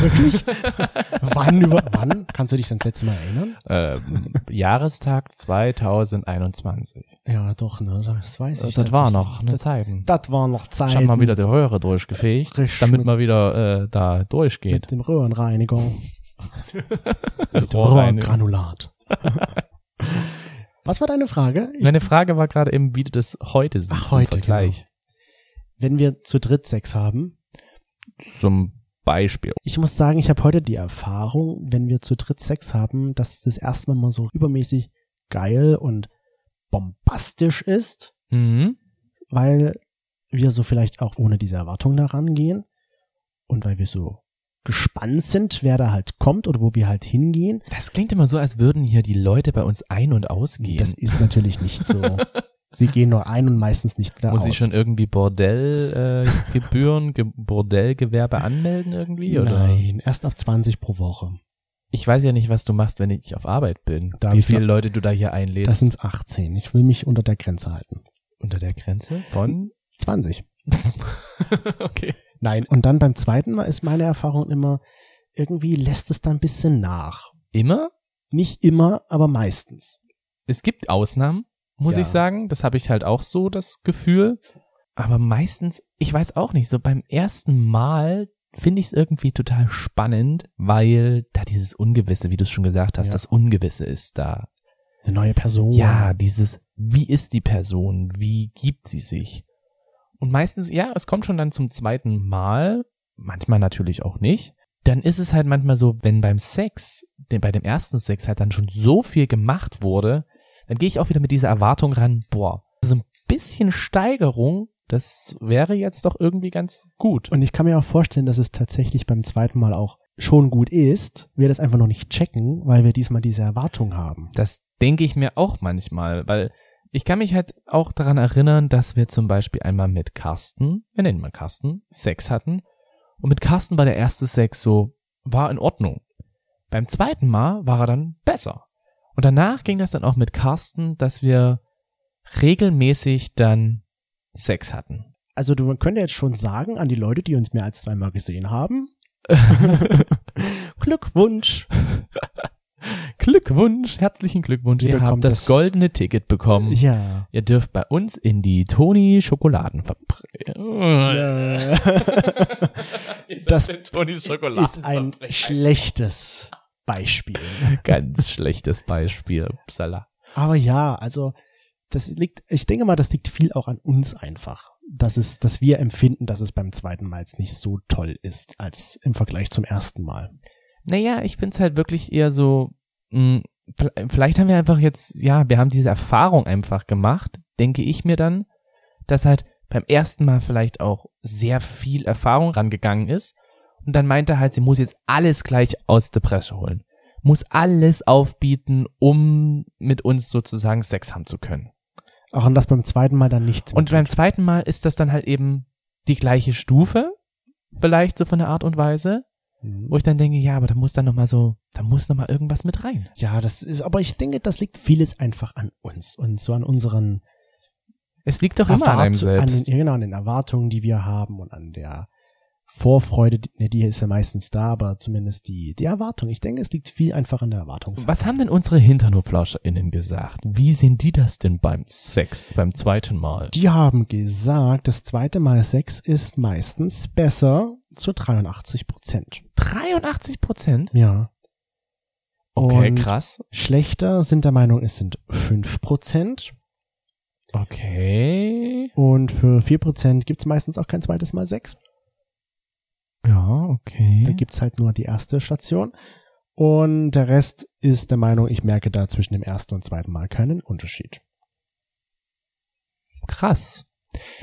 Speaker 1: Wirklich? wann über wann? Kannst du dich ans letzte Mal erinnern?
Speaker 2: Ähm, Jahrestag 2021.
Speaker 1: Ja, doch, ne? Das weiß ich.
Speaker 2: das war
Speaker 1: tatsächlich.
Speaker 2: noch eine
Speaker 1: Das,
Speaker 2: Zeit.
Speaker 1: das war noch Zeit.
Speaker 2: Ich hab mal wieder die Röhre durchgefegt,
Speaker 1: Frisch
Speaker 2: damit
Speaker 1: mit-
Speaker 2: man wieder äh, da
Speaker 1: mit
Speaker 2: durchgeht.
Speaker 1: dem Röhrenreiniger. mit
Speaker 2: Rohrreiniger.
Speaker 1: Röhrengranulat. Was war deine Frage? Ich,
Speaker 2: Meine Frage war gerade eben, wie du das heute siehst
Speaker 1: Ach, heute, genau.
Speaker 2: im Vergleich.
Speaker 1: wenn wir zu dritt Sex haben,
Speaker 2: Zum Beispiel.
Speaker 1: ich muss sagen, ich habe heute die Erfahrung, wenn wir zu dritt Sex haben, dass das erstmal mal so übermäßig geil und bombastisch ist.
Speaker 2: Mhm.
Speaker 1: weil wir so vielleicht auch ohne diese Erwartung da rangehen und weil wir so gespannt sind, wer da halt kommt oder wo wir halt hingehen.
Speaker 2: Das klingt immer so, als würden hier die Leute bei uns ein- und ausgehen.
Speaker 1: Das ist natürlich nicht so. Sie gehen nur ein und meistens nicht wieder
Speaker 2: Muss
Speaker 1: aus.
Speaker 2: ich schon irgendwie Bordellgebühren, äh, Gebühren, Ge Bordellgewerbe anmelden irgendwie? Oder?
Speaker 1: Nein, erst ab 20 pro Woche.
Speaker 2: Ich weiß ja nicht, was du machst, wenn ich auf Arbeit bin.
Speaker 1: Da hab
Speaker 2: Wie
Speaker 1: ich
Speaker 2: viele
Speaker 1: doch-
Speaker 2: Leute du da hier einlädst.
Speaker 1: Das sind 18. Ich will mich unter der Grenze halten.
Speaker 2: unter der Grenze von.
Speaker 1: 20.
Speaker 2: okay.
Speaker 1: Nein. Und dann beim zweiten Mal ist meine Erfahrung immer, irgendwie lässt es da ein bisschen nach.
Speaker 2: Immer?
Speaker 1: Nicht immer, aber meistens.
Speaker 2: Es gibt Ausnahmen. muss
Speaker 1: Ja.
Speaker 2: ich sagen. Das habe ich halt auch so das Gefühl. Aber meistens, ich weiß auch nicht, so beim ersten Mal finde ich es irgendwie total spannend, weil da dieses Ungewisse, wie du es schon gesagt hast,
Speaker 1: Ja.
Speaker 2: das Ungewisse ist da.
Speaker 1: Eine neue Person.
Speaker 2: Ja, dieses, wie ist die Person? Wie gibt sie sich? Und meistens, ja, es kommt schon dann zum zweiten Mal, manchmal natürlich auch nicht. Dann ist es halt manchmal so, wenn beim Sex, den- bei dem ersten Sex halt dann schon so viel gemacht wurde, dann gehe ich auch wieder mit dieser Erwartung ran, boah, so ein bisschen Steigerung, das wäre jetzt doch irgendwie ganz gut.
Speaker 1: Und ich kann mir auch vorstellen, dass es tatsächlich beim zweiten Mal auch schon gut ist. Wir das einfach noch nicht checken, weil wir diesmal diese Erwartung haben.
Speaker 2: Das denke ich mir auch manchmal, weil ich kann mich halt auch daran erinnern, dass wir zum Beispiel einmal mit Carsten, wir nennen mal Carsten, Sex hatten. Und mit Carsten war der erste Sex so, war in Ordnung. Beim zweiten Mal war er dann besser. Und danach ging das dann auch mit Carsten, dass wir regelmäßig dann Sex hatten.
Speaker 1: Also du könntest jetzt schon sagen an die Leute, die uns mehr als zweimal gesehen haben. Glückwunsch.
Speaker 2: Glückwunsch, herzlichen Glückwunsch,
Speaker 1: Ihr
Speaker 2: ihr habt
Speaker 1: bekommt
Speaker 2: das
Speaker 1: das-
Speaker 2: goldene Ticket bekommen.
Speaker 1: Ja.
Speaker 2: Ihr dürft bei uns in die Toni Schokoladenfabrik.
Speaker 1: Das
Speaker 2: Toni
Speaker 1: ist ein schlechtes Beispiel.
Speaker 2: ganz schlechtes Beispiel. Psala.
Speaker 1: Aber ja, also das liegt, ich denke mal, das liegt viel auch an uns einfach. Dass es, dass wir empfinden, dass es beim zweiten Mal jetzt nicht so toll ist, als im Vergleich zum ersten Mal.
Speaker 2: Naja, ich bin's halt wirklich eher so, mh, vl- vielleicht haben wir einfach jetzt, ja, wir haben diese Erfahrung einfach gemacht, denke ich mir dann, dass halt beim ersten Mal vielleicht auch sehr viel Erfahrung rangegangen ist. Und dann meinte er halt, sie muss jetzt alles gleich aus der Presse holen. Muss alles aufbieten, um mit uns sozusagen Sex haben zu können.
Speaker 1: Auch an das beim zweiten Mal dann nichts.
Speaker 2: Und beim zweiten Mal ist das dann halt eben die gleiche Stufe, vielleicht so von der Art und Weise, wo
Speaker 1: Mhm.
Speaker 2: ich dann denke, ja, aber da muss dann nochmal so, da muss nochmal irgendwas mit rein.
Speaker 1: ja, das ist, aber ich denke, das liegt vieles einfach an uns und so an unseren
Speaker 2: Es liegt doch immer an einem
Speaker 1: Erwartu- An
Speaker 2: selbst.
Speaker 1: den, ja, genau, an den Erwartungen, die wir haben und an der Vorfreude, die, ne, die ist ja meistens da, aber zumindest die, die Erwartung. Ich denke, es liegt viel einfach an der Erwartung.
Speaker 2: Was haben denn unsere HinternuflauscherInnen gesagt? Wie sehen die das denn beim Sex, beim zweiten Mal?
Speaker 1: Die haben gesagt, das zweite Mal Sex ist meistens besser zu 83 Prozent.
Speaker 2: 83 Prozent?
Speaker 1: Ja.
Speaker 2: Okay,
Speaker 1: Und
Speaker 2: krass.
Speaker 1: Schlechter sind der Meinung, es sind 5 Prozent.
Speaker 2: Okay.
Speaker 1: Und für 4 Prozent gibt's meistens auch kein zweites Mal Sex.
Speaker 2: Ja,
Speaker 1: Da
Speaker 2: okay.
Speaker 1: gibt's halt nur die erste Station. Und der Rest ist der Meinung, ich merke da zwischen dem ersten und zweiten Mal keinen Unterschied.
Speaker 2: Krass.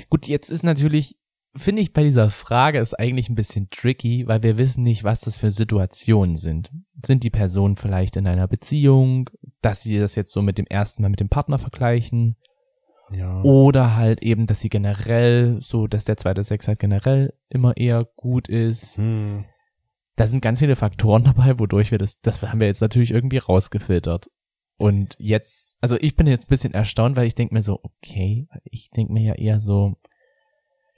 Speaker 2: Gut, jetzt ist natürlich, finde ich bei dieser Frage ist eigentlich ein bisschen tricky, weil wir wissen nicht, was das für Situationen sind. Sind die Personen vielleicht in einer Beziehung, dass sie das jetzt so mit dem ersten Mal mit dem Partner vergleichen?
Speaker 1: Ja.
Speaker 2: Oder halt eben, dass sie generell, so dass der zweite Sex halt generell immer eher gut ist.
Speaker 1: Hm.
Speaker 2: Da sind ganz viele Faktoren dabei, wodurch wir das, das haben wir jetzt natürlich irgendwie rausgefiltert. Und jetzt, also ich bin jetzt ein bisschen erstaunt, weil ich denke mir so, okay, ich denke mir ja eher so,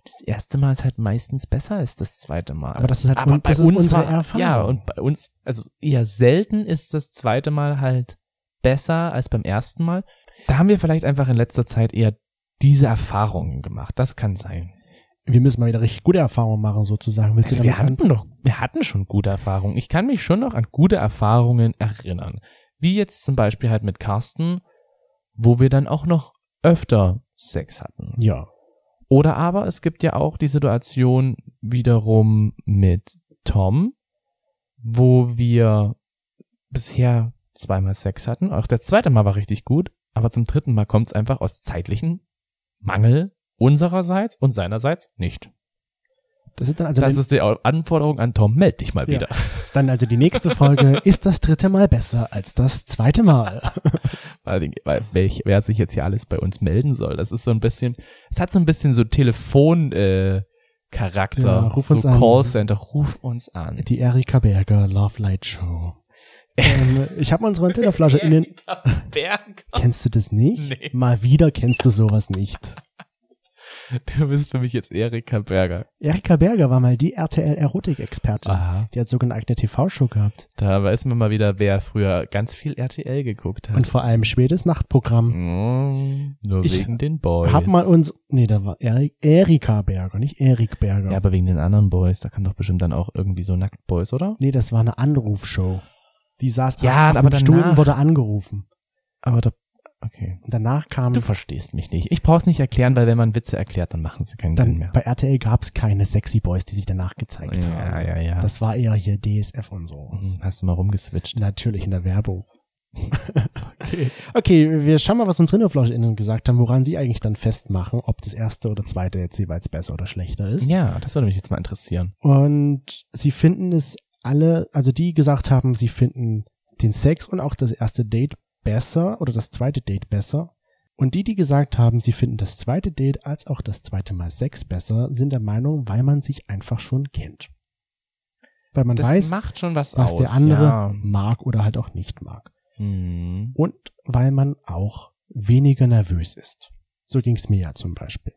Speaker 2: das erste Mal ist halt meistens besser als das zweite Mal.
Speaker 1: Aber das ist halt un-
Speaker 2: bei
Speaker 1: das ist
Speaker 2: uns
Speaker 1: unsere
Speaker 2: war-
Speaker 1: Erfahrung.
Speaker 2: Ja, und bei uns, also eher selten ist das zweite Mal halt besser als beim ersten Mal. Da haben wir vielleicht einfach in letzter Zeit eher diese Erfahrungen gemacht. Das kann sein.
Speaker 1: Wir müssen mal wieder richtig gute Erfahrungen machen, sozusagen. Willst du
Speaker 2: Also wir
Speaker 1: damit an?
Speaker 2: hatten doch, wir hatten schon gute Erfahrungen. Ich kann mich schon noch an gute Erfahrungen erinnern. Wie jetzt zum Beispiel halt mit Carsten, wo wir dann auch noch öfter Sex hatten.
Speaker 1: Ja.
Speaker 2: Oder aber es gibt ja auch die Situation wiederum mit Tom, wo wir bisher zweimal Sex hatten. Auch das zweite Mal war richtig gut, aber zum dritten Mal kommt es einfach aus zeitlichen Mangel unsererseits und seinerseits nicht.
Speaker 1: Das ist dann also
Speaker 2: das
Speaker 1: die-
Speaker 2: ist die Anforderung an Tom, meld dich
Speaker 1: Ja.
Speaker 2: mal wieder.
Speaker 1: ist dann also die nächste Folge. ist das dritte Mal besser als das zweite Mal?
Speaker 2: Weil, weil welch, wer sich jetzt hier alles bei uns melden soll. Das ist so ein bisschen, es hat so ein bisschen so Telefon, äh, Charakter,
Speaker 1: Ja, ruf
Speaker 2: so
Speaker 1: uns an.
Speaker 2: Callcenter, ruf uns an.
Speaker 1: Die Erika Berger Love Light Show. ähm, ich habe unsere Antenneflasche in den.
Speaker 2: Berg.
Speaker 1: Kennst du das nicht?
Speaker 2: Nee.
Speaker 1: Mal wieder kennst du sowas nicht.
Speaker 2: Du bist für mich jetzt Erika Berger.
Speaker 1: Erika Berger war mal die RTL-Erotik-Expertin.
Speaker 2: Aha.
Speaker 1: Die hat sogar eine eigene TV-Show gehabt.
Speaker 2: Da weiß man mal wieder, wer früher ganz viel RTL geguckt
Speaker 1: Und
Speaker 2: hat.
Speaker 1: vor allem schwedes Nachtprogramm.
Speaker 2: Mm, nur
Speaker 1: Ich
Speaker 2: wegen den Boys.
Speaker 1: Hab mal uns, nee, da war Erik, Erika Berger, nicht Erik Berger.
Speaker 2: ja, aber wegen den anderen Boys, da kann doch bestimmt dann auch irgendwie so Nacktboys, oder?
Speaker 1: nee, das war eine Anrufshow. Die saß
Speaker 2: Ja,
Speaker 1: auf
Speaker 2: aber
Speaker 1: dem Stuhl
Speaker 2: danach-
Speaker 1: und wurde angerufen.
Speaker 2: Aber da, okay.
Speaker 1: Und danach kam,
Speaker 2: Du verstehst mich nicht. Ich brauch's nicht erklären, weil wenn man Witze erklärt, dann machen sie keinen Sinn
Speaker 1: dann,
Speaker 2: mehr.
Speaker 1: bei RTL gab's keine Sexy Boys, die sich danach gezeigt
Speaker 2: Ja,
Speaker 1: haben.
Speaker 2: ja, ja.
Speaker 1: Das war eher hier DSF und so.
Speaker 2: Hm, Hast du mal rumgeswitcht.
Speaker 1: Natürlich in der Werbung. Okay, wir schauen mal, was uns RindoFlauschInnen gesagt haben, woran sie eigentlich dann festmachen, ob das erste oder zweite jetzt jeweils besser oder schlechter ist.
Speaker 2: Ja, das würde mich jetzt mal interessieren.
Speaker 1: Und sie finden es alle, also die gesagt haben, sie finden den Sex und auch das erste Date besser oder das zweite Date besser. Und die, die gesagt haben, sie finden das zweite Date als auch das zweite Mal Sex besser, sind der Meinung, weil man sich einfach schon kennt. Weil man
Speaker 2: das
Speaker 1: weiß,
Speaker 2: macht schon was,
Speaker 1: was
Speaker 2: aus.
Speaker 1: der andere
Speaker 2: Ja.
Speaker 1: mag oder halt auch nicht mag.
Speaker 2: Hm.
Speaker 1: und weil man auch weniger nervös ist. So ging's mir ja zum Beispiel.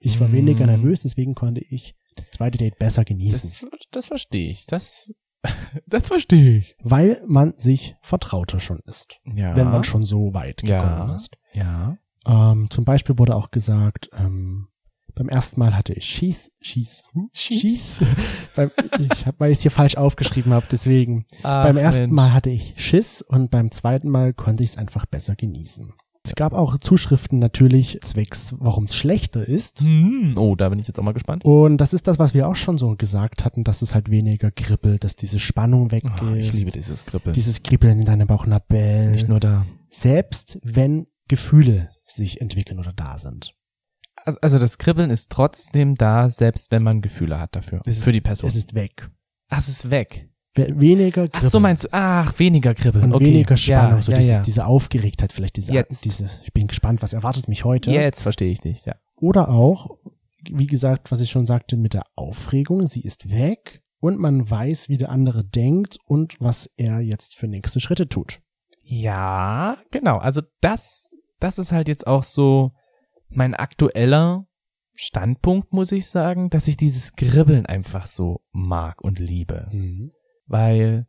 Speaker 1: Ich war
Speaker 2: Mhm.
Speaker 1: weniger nervös, deswegen konnte ich das zweite Date besser genießen,
Speaker 2: Das, das verstehe ich. Das, das verstehe ich.
Speaker 1: weil man sich vertrauter schon ist,
Speaker 2: Ja.
Speaker 1: wenn man schon so weit gekommen
Speaker 2: ja.
Speaker 1: ist.
Speaker 2: Ja.
Speaker 1: Ähm, zum Beispiel wurde auch gesagt, ähm, beim ersten Mal hatte ich Schieß, Schieß, hm? Schieß. beim, ich habe, weil ich es hier falsch aufgeschrieben habe, deswegen. beim ersten Mal hatte ich Schiss und beim zweiten Mal konnte ich es einfach besser genießen. Es gab auch Zuschriften natürlich zwecks, warum es schlechter ist.
Speaker 2: Hm. Oh, da bin ich jetzt auch mal gespannt.
Speaker 1: Und das ist das, was wir auch schon so gesagt hatten, dass es halt weniger kribbelt, dass diese Spannung weg
Speaker 2: Ah, ich
Speaker 1: ist.
Speaker 2: liebe dieses Grippe.
Speaker 1: dieses Kribbeln in deinem Bauchnabel.
Speaker 2: Nicht nur da.
Speaker 1: Selbst wenn Gefühle sich entwickeln oder da sind.
Speaker 2: Also, also das Kribbeln ist trotzdem da, selbst wenn man Gefühle hat dafür.
Speaker 1: Es ist-
Speaker 2: für die Person.
Speaker 1: Es ist weg.
Speaker 2: ach, es ist weg.
Speaker 1: We- Weniger
Speaker 2: Ach
Speaker 1: Kribbeln
Speaker 2: so meinst du, ach, weniger Kribbeln.
Speaker 1: und
Speaker 2: okay.
Speaker 1: weniger Spannung,
Speaker 2: ja,
Speaker 1: so
Speaker 2: ja,
Speaker 1: dieses,
Speaker 2: ja.
Speaker 1: diese Aufgeregtheit vielleicht, diese,
Speaker 2: Jetzt.
Speaker 1: diese, ich bin gespannt, was erwartet mich heute.
Speaker 2: Jetzt verstehe ich dich, ja.
Speaker 1: Oder auch, wie gesagt, was ich schon sagte, mit der Aufregung, sie ist weg und man weiß, wie der andere denkt und was er jetzt für nächste Schritte tut.
Speaker 2: Ja, genau. Also das, das ist halt jetzt auch so mein aktueller Standpunkt, muss ich sagen, dass ich dieses Gribbeln einfach so mag und liebe. Weil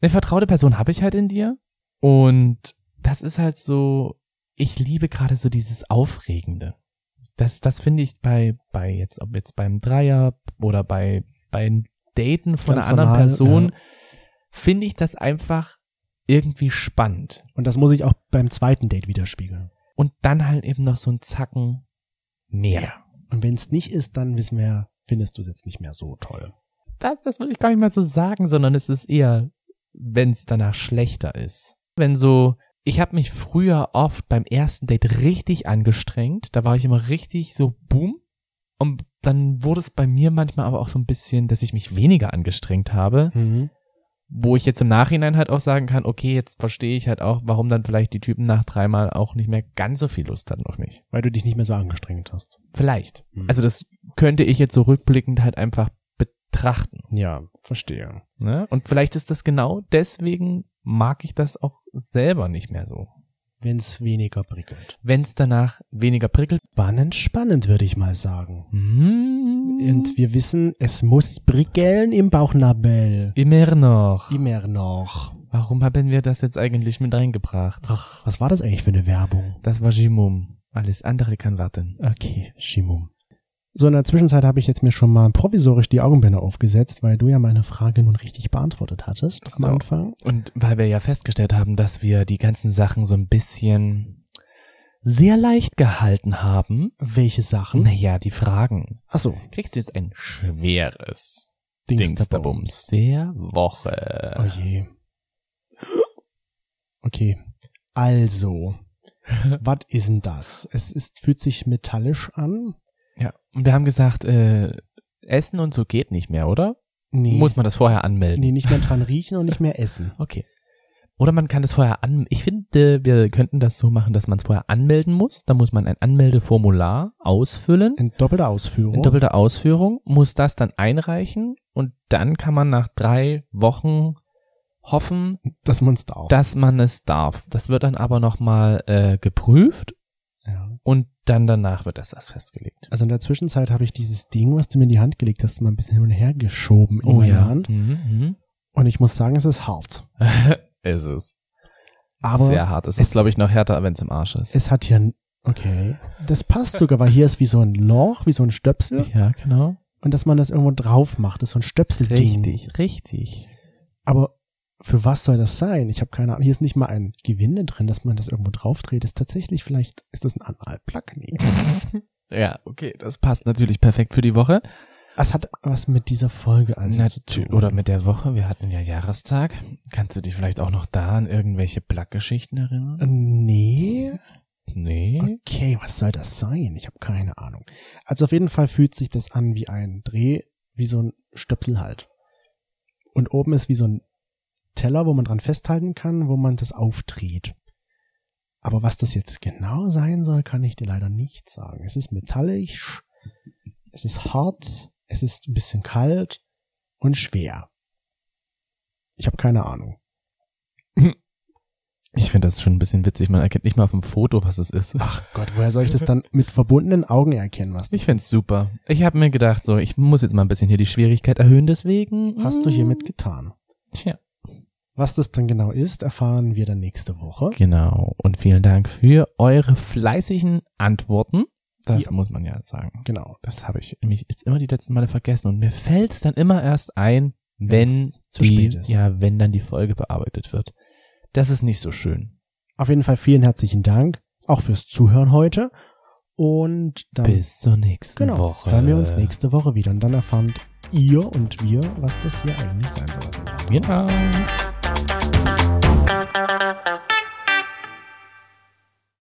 Speaker 2: eine vertraute Person habe ich halt in dir. Und das ist halt so, ich liebe gerade so dieses Aufregende. Das, das finde ich bei, bei jetzt, ob jetzt beim Dreier oder bei, beim Daten von
Speaker 1: Ganz
Speaker 2: einer anderen
Speaker 1: normal,
Speaker 2: Person, finde ich das einfach irgendwie spannend.
Speaker 1: Und das muss ich auch beim zweiten Date widerspiegeln.
Speaker 2: Und dann halt eben noch so ein Zacken mehr.
Speaker 1: Und wenn es nicht ist, dann wissen wir, findest du es jetzt nicht mehr so toll.
Speaker 2: Das, das will ich gar nicht mal so sagen, sondern es ist eher, wenn es danach schlechter ist. Wenn so, ich habe mich früher oft beim ersten Date richtig angestrengt, da war ich immer richtig so boom. Und dann wurde es bei mir manchmal aber auch so ein bisschen, dass ich mich weniger angestrengt habe, wo ich jetzt im Nachhinein halt auch sagen kann, okay, jetzt verstehe ich halt auch, warum dann vielleicht die Typen nach dreimal auch nicht mehr ganz so viel Lust hatten auf mich.
Speaker 1: Weil du dich nicht mehr so angestrengt hast.
Speaker 2: Vielleicht.
Speaker 1: Mhm.
Speaker 2: Also das könnte ich jetzt so rückblickend halt einfach betrachten.
Speaker 1: Ja, verstehe.
Speaker 2: Ne? Und vielleicht ist das genau deswegen mag ich das auch selber nicht mehr so.
Speaker 1: Wenn es weniger prickelt.
Speaker 2: Wenn es danach weniger prickelt.
Speaker 1: Spannend, spannend, würde ich mal sagen.
Speaker 2: Und
Speaker 1: Und wir wissen, es muss prickeln im Bauchnabel.
Speaker 2: immer noch.
Speaker 1: Immer noch.
Speaker 2: Warum haben wir das jetzt eigentlich mit reingebracht?
Speaker 1: Ach, was war das eigentlich für eine Werbung?
Speaker 2: Das war Jimum. Alles andere kann warten.
Speaker 1: Okay, Shimum. So, in der Zwischenzeit habe ich jetzt mir schon mal provisorisch die Augenbänder aufgesetzt, weil du ja meine Frage nun richtig beantwortet hattest am
Speaker 2: So.
Speaker 1: Anfang.
Speaker 2: Und weil wir ja festgestellt haben, dass wir die ganzen Sachen so ein bisschen sehr leicht gehalten haben.
Speaker 1: Welche Sachen?
Speaker 2: Naja, die Fragen.
Speaker 1: Ach so,
Speaker 2: Kriegst du jetzt ein schweres
Speaker 1: Dingsterbums.
Speaker 2: Dingsterbums der Woche.
Speaker 1: Oh je. Äh. Okay. Also, was ist denn das? Es ist, fühlt sich metallisch an.
Speaker 2: Ja, und wir haben gesagt, äh, Essen und so geht nicht mehr, oder?
Speaker 1: Nee.
Speaker 2: Muss man das vorher anmelden?
Speaker 1: nee, nicht mehr dran riechen und nicht mehr essen.
Speaker 2: Okay. Oder man kann das vorher an. Ich finde, wir könnten das so machen, dass man es vorher anmelden muss. Da muss man ein Anmeldeformular ausfüllen,
Speaker 1: In doppelter Ausführung.
Speaker 2: in doppelter Ausführung, muss das dann einreichen und dann kann man nach drei Wochen hoffen,
Speaker 1: das Monster auch.
Speaker 2: dass man es darf. Das wird dann aber nochmal äh, geprüft
Speaker 1: ja.
Speaker 2: und dann danach wird das erst festgelegt.
Speaker 1: Also in der Zwischenzeit habe ich dieses Ding, was du mir in die Hand gelegt hast, mal ein bisschen hin und her geschoben in
Speaker 2: Oh
Speaker 1: meine Hand.
Speaker 2: Mhm,
Speaker 1: Und ich muss sagen, es ist hart.
Speaker 2: mhm. es ist
Speaker 1: Aber
Speaker 2: sehr hart. Es,
Speaker 1: es-
Speaker 2: ist, glaube ich, noch härter, wenn es im Arsch ist.
Speaker 1: es hat hier ein, okay, das passt sogar, weil hier ist wie so ein Loch, wie so ein Stöpsel
Speaker 2: ja, genau.
Speaker 1: und dass man das irgendwo drauf macht, ist so ein Stöpselding.
Speaker 2: Richtig, richtig.
Speaker 1: Aber für was soll das sein? Ich habe keine Ahnung. Hier ist nicht mal ein Gewinde drin, dass man das irgendwo drauf dreht. Ist tatsächlich vielleicht, ist das ein Analplug? Nee.
Speaker 2: Ja, okay, das passt natürlich perfekt für die Woche.
Speaker 1: Es hat was mit dieser Folge also zu tun.
Speaker 2: Natürlich. Oder mit der Woche, wir hatten ja Jahrestag. Kannst du dich vielleicht auch noch da an irgendwelche Plug-Geschichten
Speaker 1: Äh,
Speaker 2: erinnern?
Speaker 1: Nee.
Speaker 2: Nee.
Speaker 1: Okay, was soll das sein? Ich habe keine Ahnung. Also auf jeden Fall fühlt sich das an wie ein Dreh, wie so ein Stöpsel halt. Und oben ist wie so ein Teller, wo man dran festhalten kann, wo man das aufdreht. Aber was das jetzt genau sein soll, kann ich dir leider nicht sagen. Es ist metallisch, es ist hart, es ist ein bisschen kalt und schwer. Ich habe keine Ahnung.
Speaker 2: Ich finde das schon ein bisschen witzig. Man erkennt nicht mal auf dem Foto, was es ist.
Speaker 1: Gott, woher soll ich das dann mit verbundenen Augen erkennen, was
Speaker 2: Ich find's super. Ich habe mir gedacht, so, ich muss jetzt mal ein bisschen hier die Schwierigkeit erhöhen, deswegen.
Speaker 1: hast du
Speaker 2: mm,
Speaker 1: hiermit getan?
Speaker 2: Tja.
Speaker 1: Was das dann genau ist, erfahren wir dann nächste Woche.
Speaker 2: Genau. Und vielen Dank für eure fleißigen Antworten. Das
Speaker 1: Ja.
Speaker 2: muss man ja sagen.
Speaker 1: Genau.
Speaker 2: Das habe ich nämlich jetzt immer die letzten Male vergessen und mir fällt's dann immer erst ein, wenn
Speaker 1: Wenn's zu
Speaker 2: die,
Speaker 1: spät ist.
Speaker 2: ja, wenn dann die Folge bearbeitet wird. Das ist nicht so schön.
Speaker 1: Auf jeden Fall vielen herzlichen Dank, auch fürs Zuhören heute. Und dann
Speaker 2: Bis zur nächsten
Speaker 1: genau,
Speaker 2: Woche.
Speaker 1: hören wir uns nächste Woche wieder. Und dann erfahren ihr und wir, was das hier eigentlich sein soll.
Speaker 2: Genau.